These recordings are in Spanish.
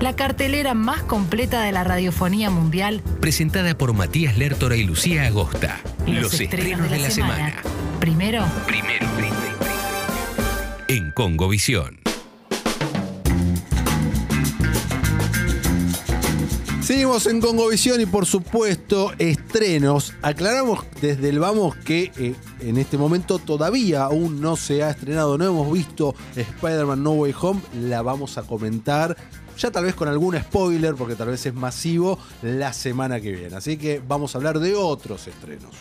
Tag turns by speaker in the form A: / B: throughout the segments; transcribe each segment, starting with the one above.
A: la cartelera más completa de la radiofonía mundial,
B: Presentada por Matías Lertora y Lucía Agosta. Los, estrenos, de la semana.
A: Primero,
B: Primero. En Congovisión.
C: Seguimos en Congovisión y por supuesto estrenos. Aclaramos desde el vamos que eh, en este momento todavía aún no se ha estrenado, no hemos visto Spider-Man No Way Home, la vamos a comentar. Ya tal vez con algún spoiler, porque tal vez es masivo, la semana que viene. Así que vamos a hablar de otros estrenos.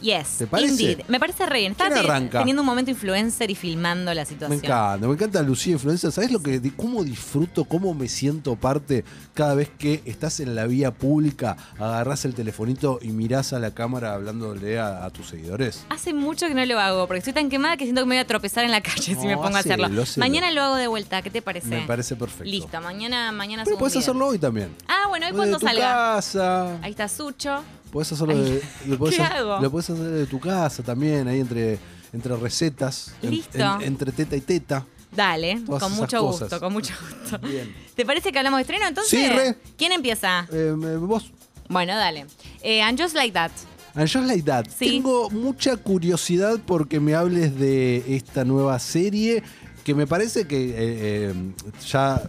D: Yes,
C: ¿Te parece?
D: indeed. Me parece re bien. Estaba
C: ¿Quién
D: teni-
C: arranca?
D: teniendo un momento influencer y filmando la
C: Me
D: situación.
C: encanta, me encanta Lucía Influencer. ¿Sabes lo que, di- cómo disfruto, cómo me siento parte cada vez que estás en la vía pública, agarrás el telefonito y mirás a la cámara hablándole a, a tus seguidores?
D: Hace mucho que no lo hago, porque estoy tan quemada que siento que me voy a tropezar en la calle si
C: No,
D: me pongo a
C: hacelo,
D: hacerlo.
C: hacelo.
D: Mañana lo hago de vuelta, ¿qué te parece?
C: Me parece perfecto.
D: Listo, mañana, mañana
C: Pero
D: subo un
C: puedes
D: video.
C: hacerlo hoy también.
D: Ah, bueno, hoy
C: Desde
D: cuando
C: tu
D: salga.
C: casa.
D: Ahí está Sucho.
C: Podés hacerlo
D: Ay,
C: de, lo podés
D: ¿qué
C: ha-
D: hago?
C: lo podés hacer de tu casa también, ahí entre, entre recetas, en-
D: Listo.
C: en- entre teta y teta.
D: Dale,
C: Todas
D: con
C: esas
D: mucho
C: cosas.
D: gusto, con mucho gusto.
C: Bien.
D: ¿Te parece que hablamos de estreno entonces?
C: Sí, re.
D: ¿Quién empieza?
C: Eh, me- vos,
D: Bueno, dale. Eh, and Just Like That.
C: And Just Like That.
D: Sí.
C: Tengo mucha curiosidad porque me hables de esta nueva serie que me parece que eh, eh, ya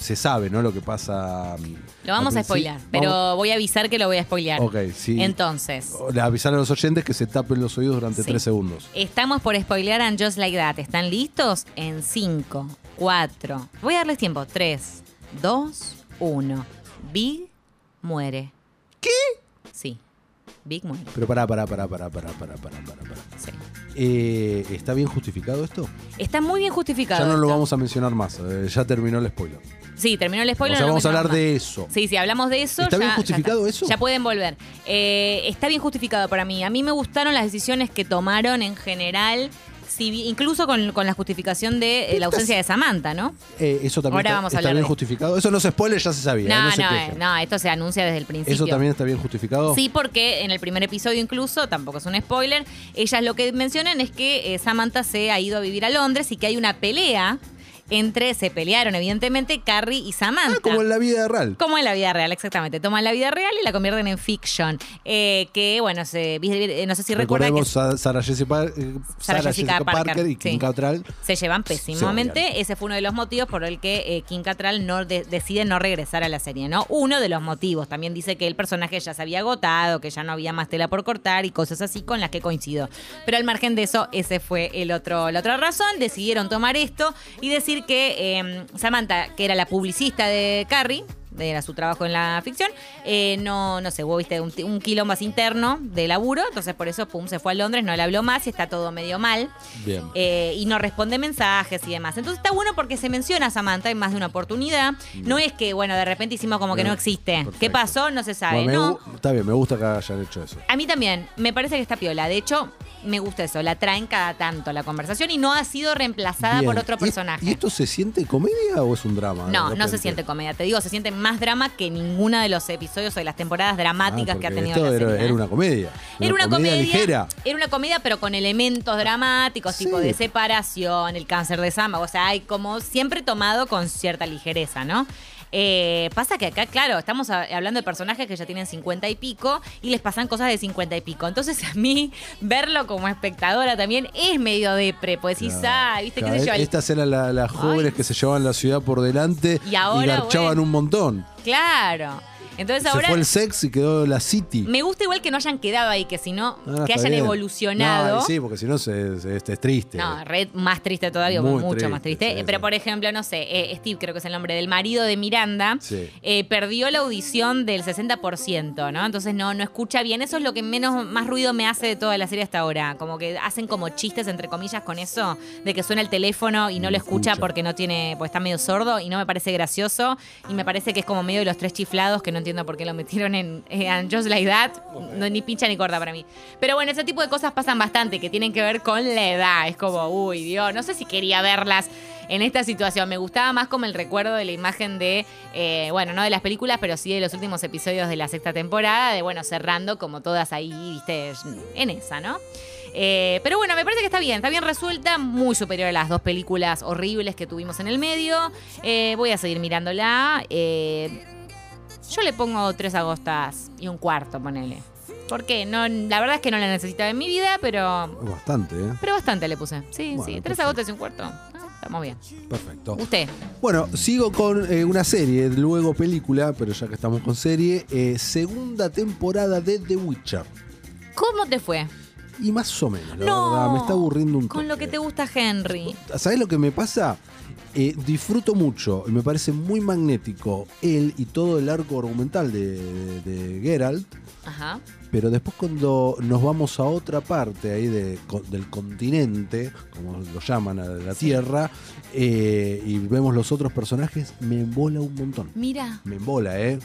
C: se sabe, ¿no? Lo que pasa. mm,
D: Lo vamos
C: al
D: a spoilear,
C: principio.
D: pero
C: Vamos-
D: voy a avisar que lo voy a spoilear.
C: Ok, sí.
D: Entonces,
C: Le avisar a los oyentes que se tapen los oídos durante
D: Sí.
C: tres segundos.
D: estamos por spoilear and Just Like That. ¿Están listos? En 5, 4. Voy a darles tiempo. 3, 2, 1. Big muere. ¿Qué? Sí. Big muere.
C: Pero pará, pará, pará, pará, pará, pará, pará, pará. pará.
D: Sí.
C: Eh, ¿Está bien justificado esto?
D: Está muy bien justificado.
C: ya no lo
D: esto.
C: vamos a mencionar más. eh, ya terminó el spoiler.
D: Sí, terminó el spoiler.
C: o sea,
D: no lo
C: vamos a hablar
D: mencionamos más.
C: de eso.
D: Sí, sí, hablamos de eso.
C: ¿Está bien
D: ya- ya
C: justificado
D: está.
C: eso?
D: Ya pueden volver. Eh, está bien justificado para mí. A mí me gustaron las decisiones que tomaron en general, si bi- incluso con, con la justificación de eh, la ausencia de Samantha, ¿no?
C: Eh, eso también
D: Ahora
C: está,
D: vamos a
C: está
D: hablar
C: bien
D: de-
C: justificado. Eso no es spoiler, ya se sabía. eh,
D: No,
C: no
D: no,
C: se
D: eh,
C: quejen.
D: no, esto se anuncia desde el principio.
C: ¿Eso también está bien justificado?
D: Sí, porque en el primer episodio incluso, tampoco es un spoiler, ellas lo que mencionan es que eh, Samantha se ha ido a vivir a Londres y que hay una pelea entre, se pelearon evidentemente, Carrie y Samantha.
C: Ah, como en la vida real.
D: Como en la vida real, exactamente. Toman la vida real y la convierten en fiction. Eh, que, bueno, se, eh, no sé si recuerdan que
C: Recordemos a Sara Jessica, Par- eh, Sarah
D: Jessica
C: Jessica Parker,
D: Parker,
C: y Kim
D: sí.
C: Cattrall.
D: se llevan
C: Se
D: pésimamente. Ese fue uno de los motivos por el que eh, Kim Cattrall no de- decide no regresar a la serie, ¿no? Uno de los motivos. También dice que el personaje ya se había agotado, que ya no había más tela por cortar y cosas así con las que coincido. Pero al margen de eso, ese fue el otro, la otra razón. Decidieron tomar esto y decir que eh, Samantha, que era la publicista de Carrie, era su trabajo en la ficción, eh, no, no sé, hubo viste, un, ti- un quilombo más interno de laburo, entonces por eso, pum, se fue a Londres, no le habló más y está todo medio mal.
C: Bien.
D: Eh, y no responde mensajes y demás. Entonces está bueno porque se menciona a Samantha en más de una oportunidad. No es que, bueno, de repente hicimos como que
C: Bien,
D: no existe.
C: Mm. perfecto.
D: ¿Qué pasó? No se sabe,
C: Bueno, me
D: ¿no?
C: gu- Está bien, me gusta que hayan hecho eso.
D: A mí también, me parece que está piola. De hecho, me gusta eso. La traen cada tanto la conversación y no ha sido reemplazada
C: Bien.
D: por otro
C: ¿Y-
D: personaje.
C: ¿Y, esto se siente comedia o es un drama? de
D: no, no
C: repente?
D: se siente comedia. Te digo, se siente más drama que ninguna de los episodios o de las temporadas dramáticas
C: Ah,
D: que ha
C: porque
D: tenido
C: esto
D: la
C: era,
D: serie. ¿eh?
C: era una comedia.
D: Era una comedia,
C: ligera.
D: Era una comedia, pero con elementos dramáticos,
C: Sí.
D: tipo de separación, el cáncer de Sama. O sea, hay como siempre tomado con cierta ligereza, ¿no? Eh, pasa que acá, claro, estamos a- hablando de personajes que ya tienen 50 y pico y les pasan cosas de 50 y pico. Entonces, a mí, verlo como espectadora también es medio depre. Pues decís, ah, ¿viste qué
C: Claro,
D: se lleva? el-
C: Estas eran la- las jóvenes que se llevaban la ciudad por delante
D: Y ahora,
C: garchaban
D: bueno.
C: un montón.
D: Claro. Entonces,
C: Se
D: ahora.
C: fue el sex y quedó la city.
D: Me gusta igual que no hayan quedado ahí, que sino
C: Ah, no,
D: que
C: está
D: hayan
C: bien.
D: evolucionado.
C: No, sí, porque si no se, se- este es triste.
D: No, red más triste todavía,
C: Muy
D: mucho
C: triste,
D: más triste.
C: sí,
D: Eh, Pero,
C: sí.
D: por ejemplo, no sé, eh, Steve, creo que es el nombre del marido de Miranda,
C: Sí.
D: eh, perdió la audición del 60%, ¿no? Entonces no, no escucha bien. Eso es lo que menos más ruido me hace de toda la serie hasta ahora. Como que hacen como chistes, entre comillas, con eso, de que suena el teléfono y no lo escucha,
C: escucha.
D: porque no tiene, porque está medio sordo y no me parece gracioso. Y me parece que es como medio de los tres chiflados, que no entiendo por qué lo metieron en, eh, And Just Like That. No, ni pincha ni corta para mí. Pero bueno, ese tipo de cosas pasan bastante, que tienen que ver con la edad. Es como, uy, Dios, no sé si quería verlas en esta situación. Me gustaba más como el recuerdo de la imagen de, eh, bueno, no de las películas, pero sí de los últimos episodios de la sexta temporada, de, bueno, cerrando como todas ahí, viste, en esa, ¿no? Eh, pero bueno, me parece que está bien, está bien resuelta, muy superior a las dos películas horribles que tuvimos en el medio. Eh, voy a seguir mirándola. Eh, yo le pongo tres agostas y un cuarto, ponele. Porque no, la verdad es que no la necesitaba en mi vida, pero,
C: Bastante, ¿eh?
D: pero bastante le puse. Sí,
C: Bueno,
D: sí, tres
C: perfecto.
D: agostas y un cuarto. Ah, estamos bien.
C: Perfecto.
D: Usted,
C: Bueno, sigo con eh, una serie, luego película, pero ya que estamos con serie, eh, segunda temporada de The Witcher.
D: ¿cómo te fue?
C: Y más o menos, la verdad, me está aburriendo un
D: Con lo que
C: toque.
D: te gusta Henry.
C: ¿Sabes lo que me pasa? Eh, disfruto mucho, me parece muy magnético él y todo el arco argumental de, de Geralt,
D: Ajá.
C: pero después cuando nos vamos a otra parte ahí de- co- del continente, como lo llaman a la Tierra, eh, y vemos los otros personajes, me embola un montón.
D: Mira.
C: Me embola, ¿eh?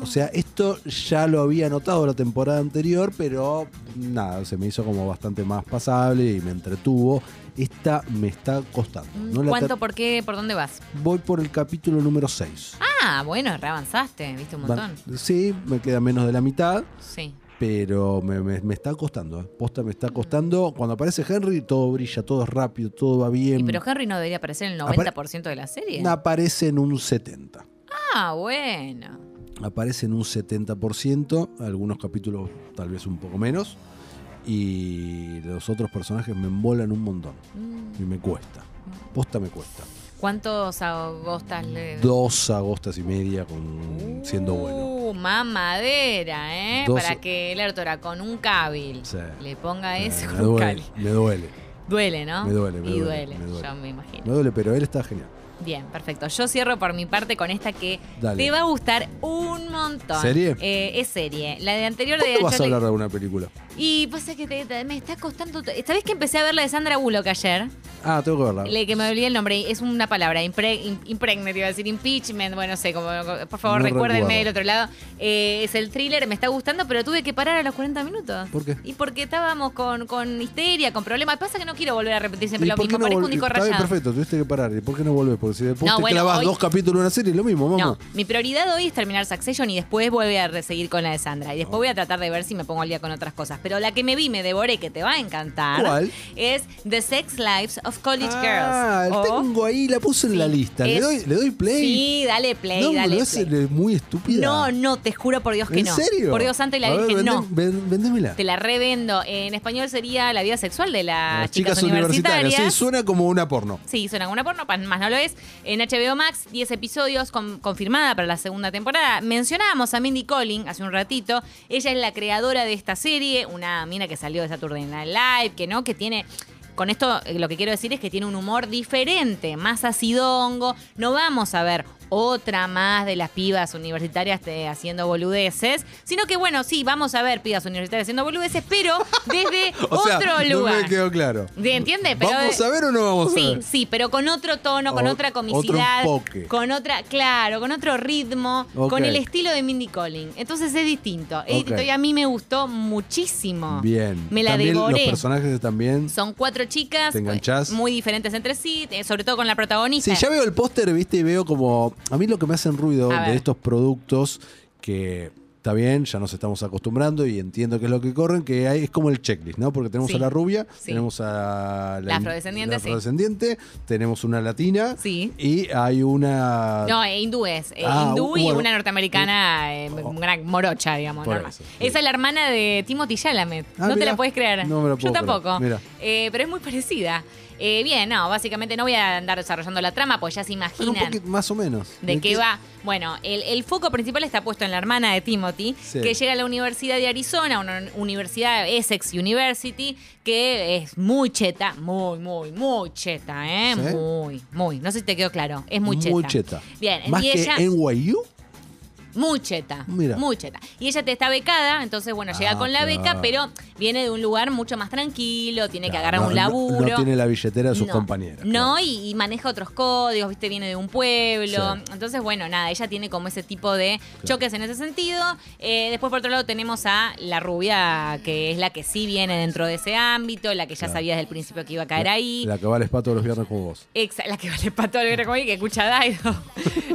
C: O sea, esto ya lo había notado la temporada anterior, pero nada, se me hizo como bastante más pasable y me entretuvo. Esta me está costando. No la
D: Mm, ¿Cuánto,
C: ter-
D: por qué, por dónde vas?
C: Voy por el capítulo número 6.
D: Ah, bueno, reavanzaste, viste un montón.
C: Sí, me queda menos de la mitad,
D: Sí.
C: pero me, me- me está costando. ¿eh? Posta me está costando. Cuando aparece Henry, todo brilla, todo es rápido, todo va bien.
D: Mm. Y pero Henry no debería aparecer en el
C: Apare-
D: 90% de la serie.
C: aparece en un 70.
D: Ah, bueno.
C: aparece en un 70%, algunos capítulos tal vez un poco menos, y los otros personajes me embolan un montón.
D: Mm.
C: Y me cuesta. Posta me cuesta.
D: ¿Cuántos agostas le
C: Dos agostas y media con siendo bueno.
D: Uh, mamadera, ¿eh?
C: Dos-
D: Para que el Artora con un cabil
C: Sí.
D: le ponga eso
C: Eh,
D: con
C: me,
D: un
C: duele,
D: cabil.
C: me duele,
D: Duele, ¿no?
C: Me duele, me
D: y
C: duele,
D: duele,
C: me duele.
D: yo me imagino.
C: me duele, pero él está genial.
D: Bien, perfecto. Yo cierro por mi parte con esta que
C: Dale.
D: te va a gustar un montón.
C: ¿Serie?
D: Eh, es serie. La de anterior de
C: ¿Cuándo vas a
D: Charlie-
C: hablar de alguna película?
D: Y pasa que te- te- me está costando. t- ¿Sabés que empecé a ver la de Sandra Bullock ayer?
C: Ah, tengo que verla.
D: Le, que me olvidé el nombre, es una palabra, impre, im- impregnate, iba a decir impeachment, bueno, no sé, como, por favor
C: No
D: recuérdenme
C: recuerdo.
D: del otro lado. Eh, es el thriller, me está gustando, pero tuve que parar a los 40 minutos.
C: ¿Por qué?
D: Y porque estábamos con, con histeria, con problemas. Pasa que no quiero volver a repetir siempre
C: ¿Y
D: lo
C: por qué
D: mismo,
C: no
D: parezco un
C: vol-
D: disco
C: Está bien,
D: rayado.
C: perfecto, tuviste que parar. ¿Y por qué no volvés? Porque si después
D: No,
C: te
D: bueno,
C: clavas
D: hoy-
C: dos capítulos de una serie, es lo mismo, mamá.
D: No, mi prioridad hoy es terminar Succession y después voy a re- seguir con la de Sandra. Y después voy a tratar de ver si me pongo al día con otras cosas. Pero la que me vi, me devoré, que te va a encantar,
C: ¿Cuál?
D: es The Sex Lives of College
C: Ah,
D: Girls. Oh, o-
C: tengo ahí, la puse en la
D: Sí,
C: lista. ¿Le
D: es-
C: doy, le doy play?
D: Sí, dale play,
C: no,
D: dale
C: me lo
D: play.
C: hace muy estúpida.
D: No, no, te juro por Dios que
C: ¿En
D: no.
C: serio?
D: Por Dios santo y la
C: A ver,
D: Virgen,
C: vendé-
D: no.
C: ven- vendémela.
D: Te la revendo. En español sería la vida sexual de las,
C: Las
D: chicas, universitarias.
C: Sí, suena como una porno.
D: Sí, suena como una porno, pan- más no lo es. En HBO Max, 10 episodios con- confirmada para la segunda temporada. Mencionábamos a Mindy Colling hace un ratito. Ella es la creadora de esta serie, una mina que salió de Saturday Night Live, que no, que tiene. Con esto eh, lo que quiero decir es que tiene un humor diferente, más acidongo. No vamos a ver otra más de las pibas universitarias eh, haciendo boludeces, sino que bueno, sí, vamos a ver pibas universitarias haciendo boludeces, pero desde
C: O sea,
D: otro
C: no
D: lugar.
C: me quedó claro.
D: ¿Sí, ¿Entiende?
C: ¿Vamos a ver o no vamos a
D: sí,
C: ver?
D: Sí, pero con otro tono, con
C: O-
D: otra
C: otro
D: comicidad.
C: enfoque.
D: Con otra, claro, con otro ritmo,
C: Ok.
D: con el estilo de Mindy Colling. Entonces es distinto.
C: Ok.
D: Es distinto y a mí me gustó muchísimo.
C: Bien.
D: Me la
C: También
D: devoré.
C: Los personajes también.
D: Son cuatro chicas.
C: ¿Te enganchás?
D: Muy diferentes entre sí, eh, sobre todo con la protagonista.
C: Sí, ya veo el póster, viste, y veo como. A mí lo que me hacen ruido
D: A ver.
C: de estos productos que. Está bien, ya nos estamos acostumbrando y entiendo que es lo que corren, que hay- es como el checklist, ¿no? Porque tenemos
D: Sí.
C: a la rubia,
D: Sí.
C: tenemos a
D: La afrodescendiente,
C: la
D: sí.
C: afrodescendiente, tenemos una latina
D: Sí.
C: y hay una
D: No, eh, hindúes. eh,
C: Ah,
D: hindú y
C: bueno.
D: una norteamericana, eh, una morocha, digamos.
C: Por
D: normal.
C: eso,
D: Esa es la hermana de Timothy Chalamet.
C: Ah,
D: no te
C: mirá.
D: la puedes creer.
C: No me la puedo
D: Yo
C: creer.
D: tampoco.
C: Mirá.
D: Eh, pero es muy parecida. Eh, bien, no, básicamente no voy a andar desarrollando la trama, pues ya se
C: Pero un
D: imaginan.
C: poquito más o menos.
D: ¿De qué va? Bueno, el, el foco principal está puesto en la hermana de Timothy,
C: Sí.
D: que llega a la Universidad de Arizona, una universidad Essex University, que es muy cheta, muy, muy, muy cheta, ¿eh?
C: Sí.
D: Muy, muy. No sé si te quedó claro, es muy cheta.
C: Muy cheta.
D: Bien,
C: Más
D: y
C: que
D: ella,
C: NYU.
D: muy cheta,
C: Mira.
D: muy cheta. Y ella te está becada, entonces, bueno, llega
C: Ah,
D: con la beca,
C: claro.
D: pero viene de un lugar mucho más tranquilo, tiene que
C: Claro,
D: agarrar
C: no-
D: un
C: no-
D: laburo.
C: No, tiene la billetera de sus
D: No,
C: compañeras.
D: No,
C: claro.
D: y, y maneja otros códigos, viste, viene de un pueblo.
C: Sí.
D: Entonces, bueno, nada, ella tiene como ese tipo de choques en ese sentido. Eh, después, por otro lado, tenemos a la rubia, que es la que sí viene dentro de ese ámbito, la que ya
C: Claro.
D: sabía desde el principio que iba a caer ahí.
C: La que va al spa todos los viernes con vos.
D: Exa- la que vale para todo el verano, que escucha a Daido.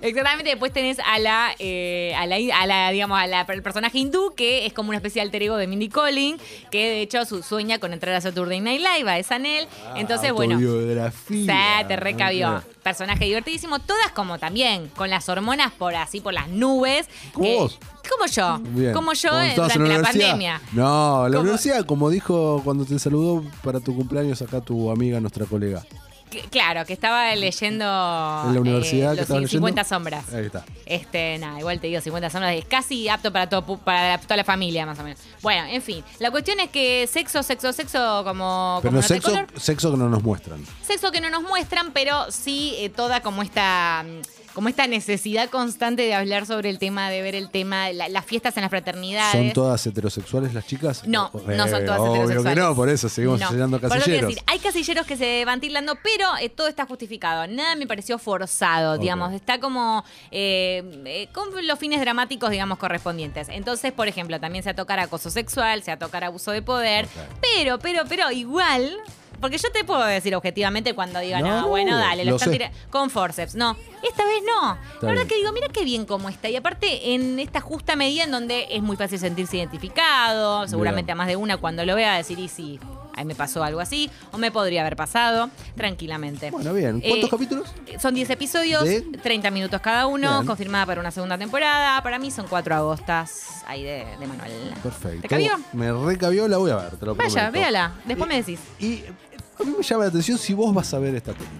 D: Exactamente, después tenés a la, eh, a la, a la, digamos, a la, al personaje hindú, que es como una especie de alter ego de Mindy Colling, que de hecho su, sueña con entrar a Saturday Night Live, a esa Nell.
C: Ah,
D: Entonces, bueno.
C: Autobiografía.
D: Sí, te recabió. Personaje divertidísimo, todas como también, con las hormonas por así, por las nubes.
C: Como
D: que-
C: vos.
D: Como yo,
C: Bien.
D: como yo
C: Cuando
D: eh,
C: estabas
D: durante
C: en
D: la,
C: universidad.
D: pandemia.
C: No, la
D: Como-
C: universidad, como dijo cuando te saludó para tu cumpleaños acá tu amiga, nuestra colega.
D: Que- Claro, que estaba leyendo
C: En la universidad
D: eh,
C: que
D: los
C: estaba leyendo.
D: 50
C: Eh.
D: sombras.
C: Ahí está.
D: Este, nada, igual te digo, 50 sombras es casi apto para, todo, pu- para la- toda la familia, más o menos. Bueno, en fin, la cuestión es que sexo, sexo, sexo, como, como
C: Pero
D: no te
C: sexo,
D: color.
C: sexo que no nos muestran.
D: Sexo que no nos muestran, pero sí eh, toda como esta, mm, como esta necesidad constante de hablar sobre el tema, de ver el tema, la- las fiestas en las fraternidades.
C: ¿Son todas heterosexuales las chicas?
D: No, no son
C: Eh,
D: todas
C: Obvio que
D: heterosexuales.
C: no, por eso seguimos
D: No.
C: sellando
D: Por eso te
C: casilleros.
D: quiero decir, hay casilleros que se van tildando, pero eh, todo está justificado. Nada me pareció forzado,
C: Ok.
D: digamos. Está como eh, eh, con los fines dramáticos, digamos, correspondientes. Entonces, por ejemplo, también se va a tocar acoso sexual, se va a tocar abuso de poder, pero, pero, pero igual... Porque yo te puedo decir objetivamente cuando digan,
C: No,
D: ah, bueno, dale, lo,
C: lo
D: están
C: sé.
D: tirando con forceps. No, esta vez no.
C: Está
D: la verdad
C: bien.
D: que digo, mira qué bien cómo está. Y aparte, en esta justa medida en donde es muy fácil sentirse identificado, seguramente
C: Bien.
D: a más de una cuando lo vea decir, y sí, ahí me pasó algo así, o me podría haber pasado, tranquilamente.
C: Bueno, bien. ¿Cuántos
D: Eh,
C: capítulos?
D: Son 10 episodios,
C: ¿De?
D: 30 minutos cada uno,
C: Bien.
D: confirmada para una segunda temporada. Para mí son cuatro agostas ahí de, de Manuel.
C: Perfecto.
D: ¿Te cabió?
C: Me recabió, la voy a ver, te lo
D: Vaya,
C: prometo.
D: véala. Después me decís.
C: Y eh, a mí me llama la atención si vos vas a ver esta película.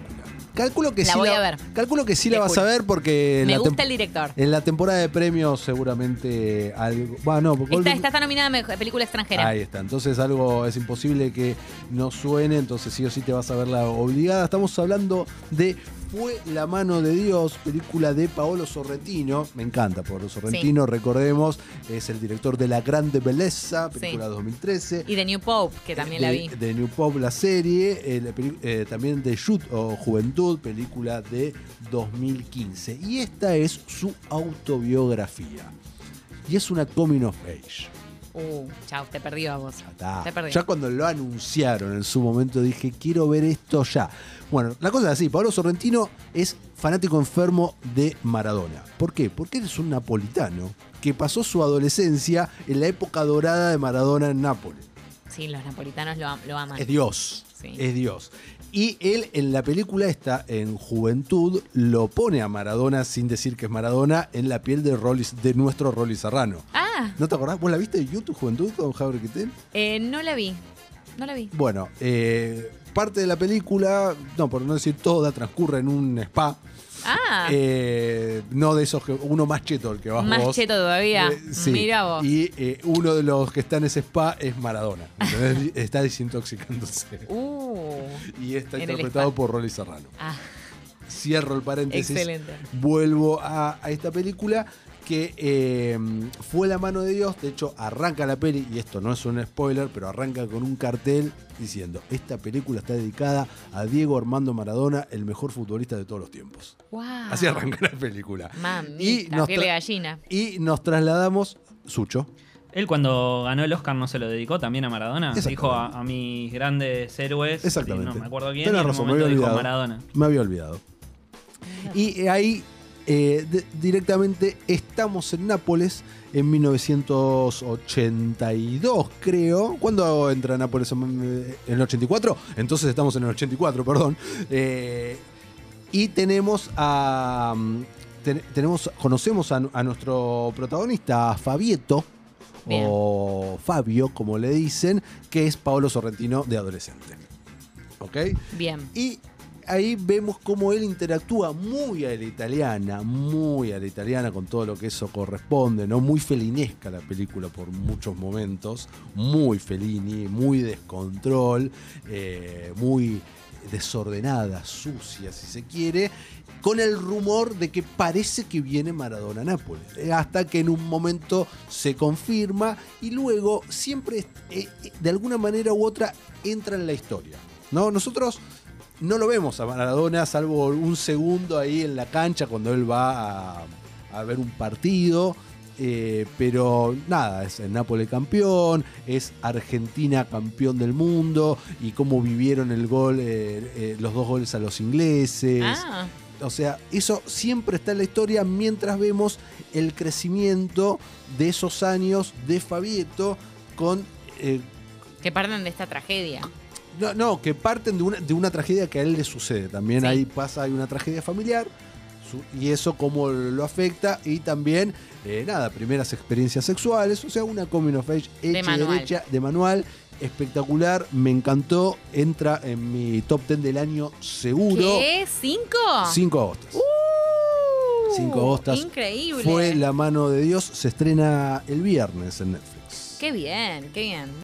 C: Calculo que
D: La
C: sí
D: voy
C: la
D: a ver.
C: Calculo que sí la
D: Te
C: vas
D: juro.
C: a ver porque en
D: Me
C: la
D: gusta
C: tem-
D: el director.
C: en la temporada de premios seguramente algo. Bueno, no, porque
D: Esta, esta está nominada a mejor- película extranjera.
C: Ahí está, entonces algo es imposible que no suene, entonces sí o sí te vas a ver la obligada. Estamos hablando de Fue la mano de Dios, película de Paolo Sorrentino. Me encanta Paolo Sorrentino, recordemos, es el director de La Grande Belleza, película
D: Sí.
C: 2013.
D: Y The New Pope, que también la
C: de,
D: vi.
C: de New Pop, la serie, eh, la peli- eh, también de Youth o Juventud, película de 2015. Y esta es su autobiografía. Y es una coming of age.
D: Uh, chau, te perdió a vos.
C: Ya está.
D: Te perdí.
C: Ya cuando lo anunciaron en su momento dije, quiero ver esto ya. Bueno, la cosa es así, Pablo Sorrentino es fanático enfermo de Maradona. ¿Por qué? Porque él es un napolitano que pasó su adolescencia en la época dorada de Maradona en Nápoles.
D: Sí, los napolitanos lo, am- lo aman.
C: Es Dios.
D: Sí.
C: Es Dios. Y él en la película está en Juventud, lo pone a Maradona sin decir que es Maradona en la piel de, Rollis, de nuestro Rolly Serrano.
D: Ah,
C: ¿No te acordás? ¿Vos la viste de YouTube Juventud con Javier Quintel?
D: eh, no la vi. No la vi.
C: Bueno, eh, parte de la película, no, por no decir toda, transcurre en un spa.
D: Ah,
C: Eh, no de esos, que, uno más cheto el que vas
D: más
C: vos.
D: cheto todavía.
C: Eh, sí.
D: Mira vos.
C: Y eh, uno de los que está en ese spa es Maradona. ¿entendés? está desintoxicándose.
D: Uh,
C: Y está
D: En el
C: interpretado
D: spa.
C: por Rolly Serrano.
D: ah,
C: Cierro el paréntesis.
D: excelente.
C: Vuelvo a, a esta película que eh, fue la mano de Dios. De hecho, arranca la peli, y esto no es un spoiler, pero arranca con un cartel diciendo: Esta película está dedicada a Diego Armando Maradona, el mejor futbolista de todos los tiempos.
D: Wow.
C: Así arranca la película.
D: Mamita,
C: nos
D: piel de
C: tra-
D: gallina.
C: Y nos trasladamos, Sucho.
E: Él cuando ganó el Oscar no se lo dedicó también a Maradona.
C: Exactamente.
E: Dijo a, a mis grandes héroes. y
C: Exactamente.
E: No me acuerdo bien.
C: Tenés
E: y en un
C: razón, me
E: momento
C: había
E: dijo
C: olvidado.
E: Maradona.
C: Me había olvidado. Y eh, ahí eh, de- directamente estamos en Nápoles en 1982, creo. ¿Cuándo entra Nápoles? ¿En el 84? Entonces estamos en el 84, perdón. Eh, y tenemos a. mm, ten- tenemos, conocemos a, a nuestro protagonista, a Fabieto.
D: Bien.
C: O Fabio, como le dicen, que es Paolo Sorrentino de adolescente. ¿Ok?
D: Bien.
C: Y ahí vemos cómo él interactúa muy a la italiana, muy a la italiana con todo lo que eso corresponde, ¿no? Muy felinesca la película por muchos momentos, muy felini, muy descontrol, eh, muy desordenada, sucia si se quiere, con el rumor de que parece que viene Maradona a Nápoles, eh, hasta que en un momento se confirma y luego siempre eh, eh, de alguna manera u otra entra en la historia. ¿no? Nosotros no lo vemos a Maradona, salvo un segundo ahí en la cancha cuando él va a, a ver un partido. eh, pero nada, es el Nápoles campeón, es Argentina campeón del mundo y cómo vivieron el gol, eh, eh, los dos goles a los ingleses.
D: Ah,
C: O sea, eso siempre está en la historia mientras vemos el crecimiento de esos años de Fabieto con... eh,
D: Que partan de esta tragedia.
C: no, no, que parten de una, de una tragedia que a él le sucede. También
D: Sí.
C: ahí pasa, hay una tragedia familiar. su- y eso cómo lo afecta. Y también, eh, nada, primeras experiencias sexuales. O sea, una coming of age hecha y
D: manual.
C: derecha, de manual. Espectacular, me encantó. Entra en mi top 10 del año seguro.
D: ¿Qué? ¿Cinco?
C: 5 agostas.
D: Uh,
C: Cinco agostas.
D: Increíble.
C: Fue La mano de Dios. Se estrena el viernes en Netflix.
D: Qué bien, qué bien.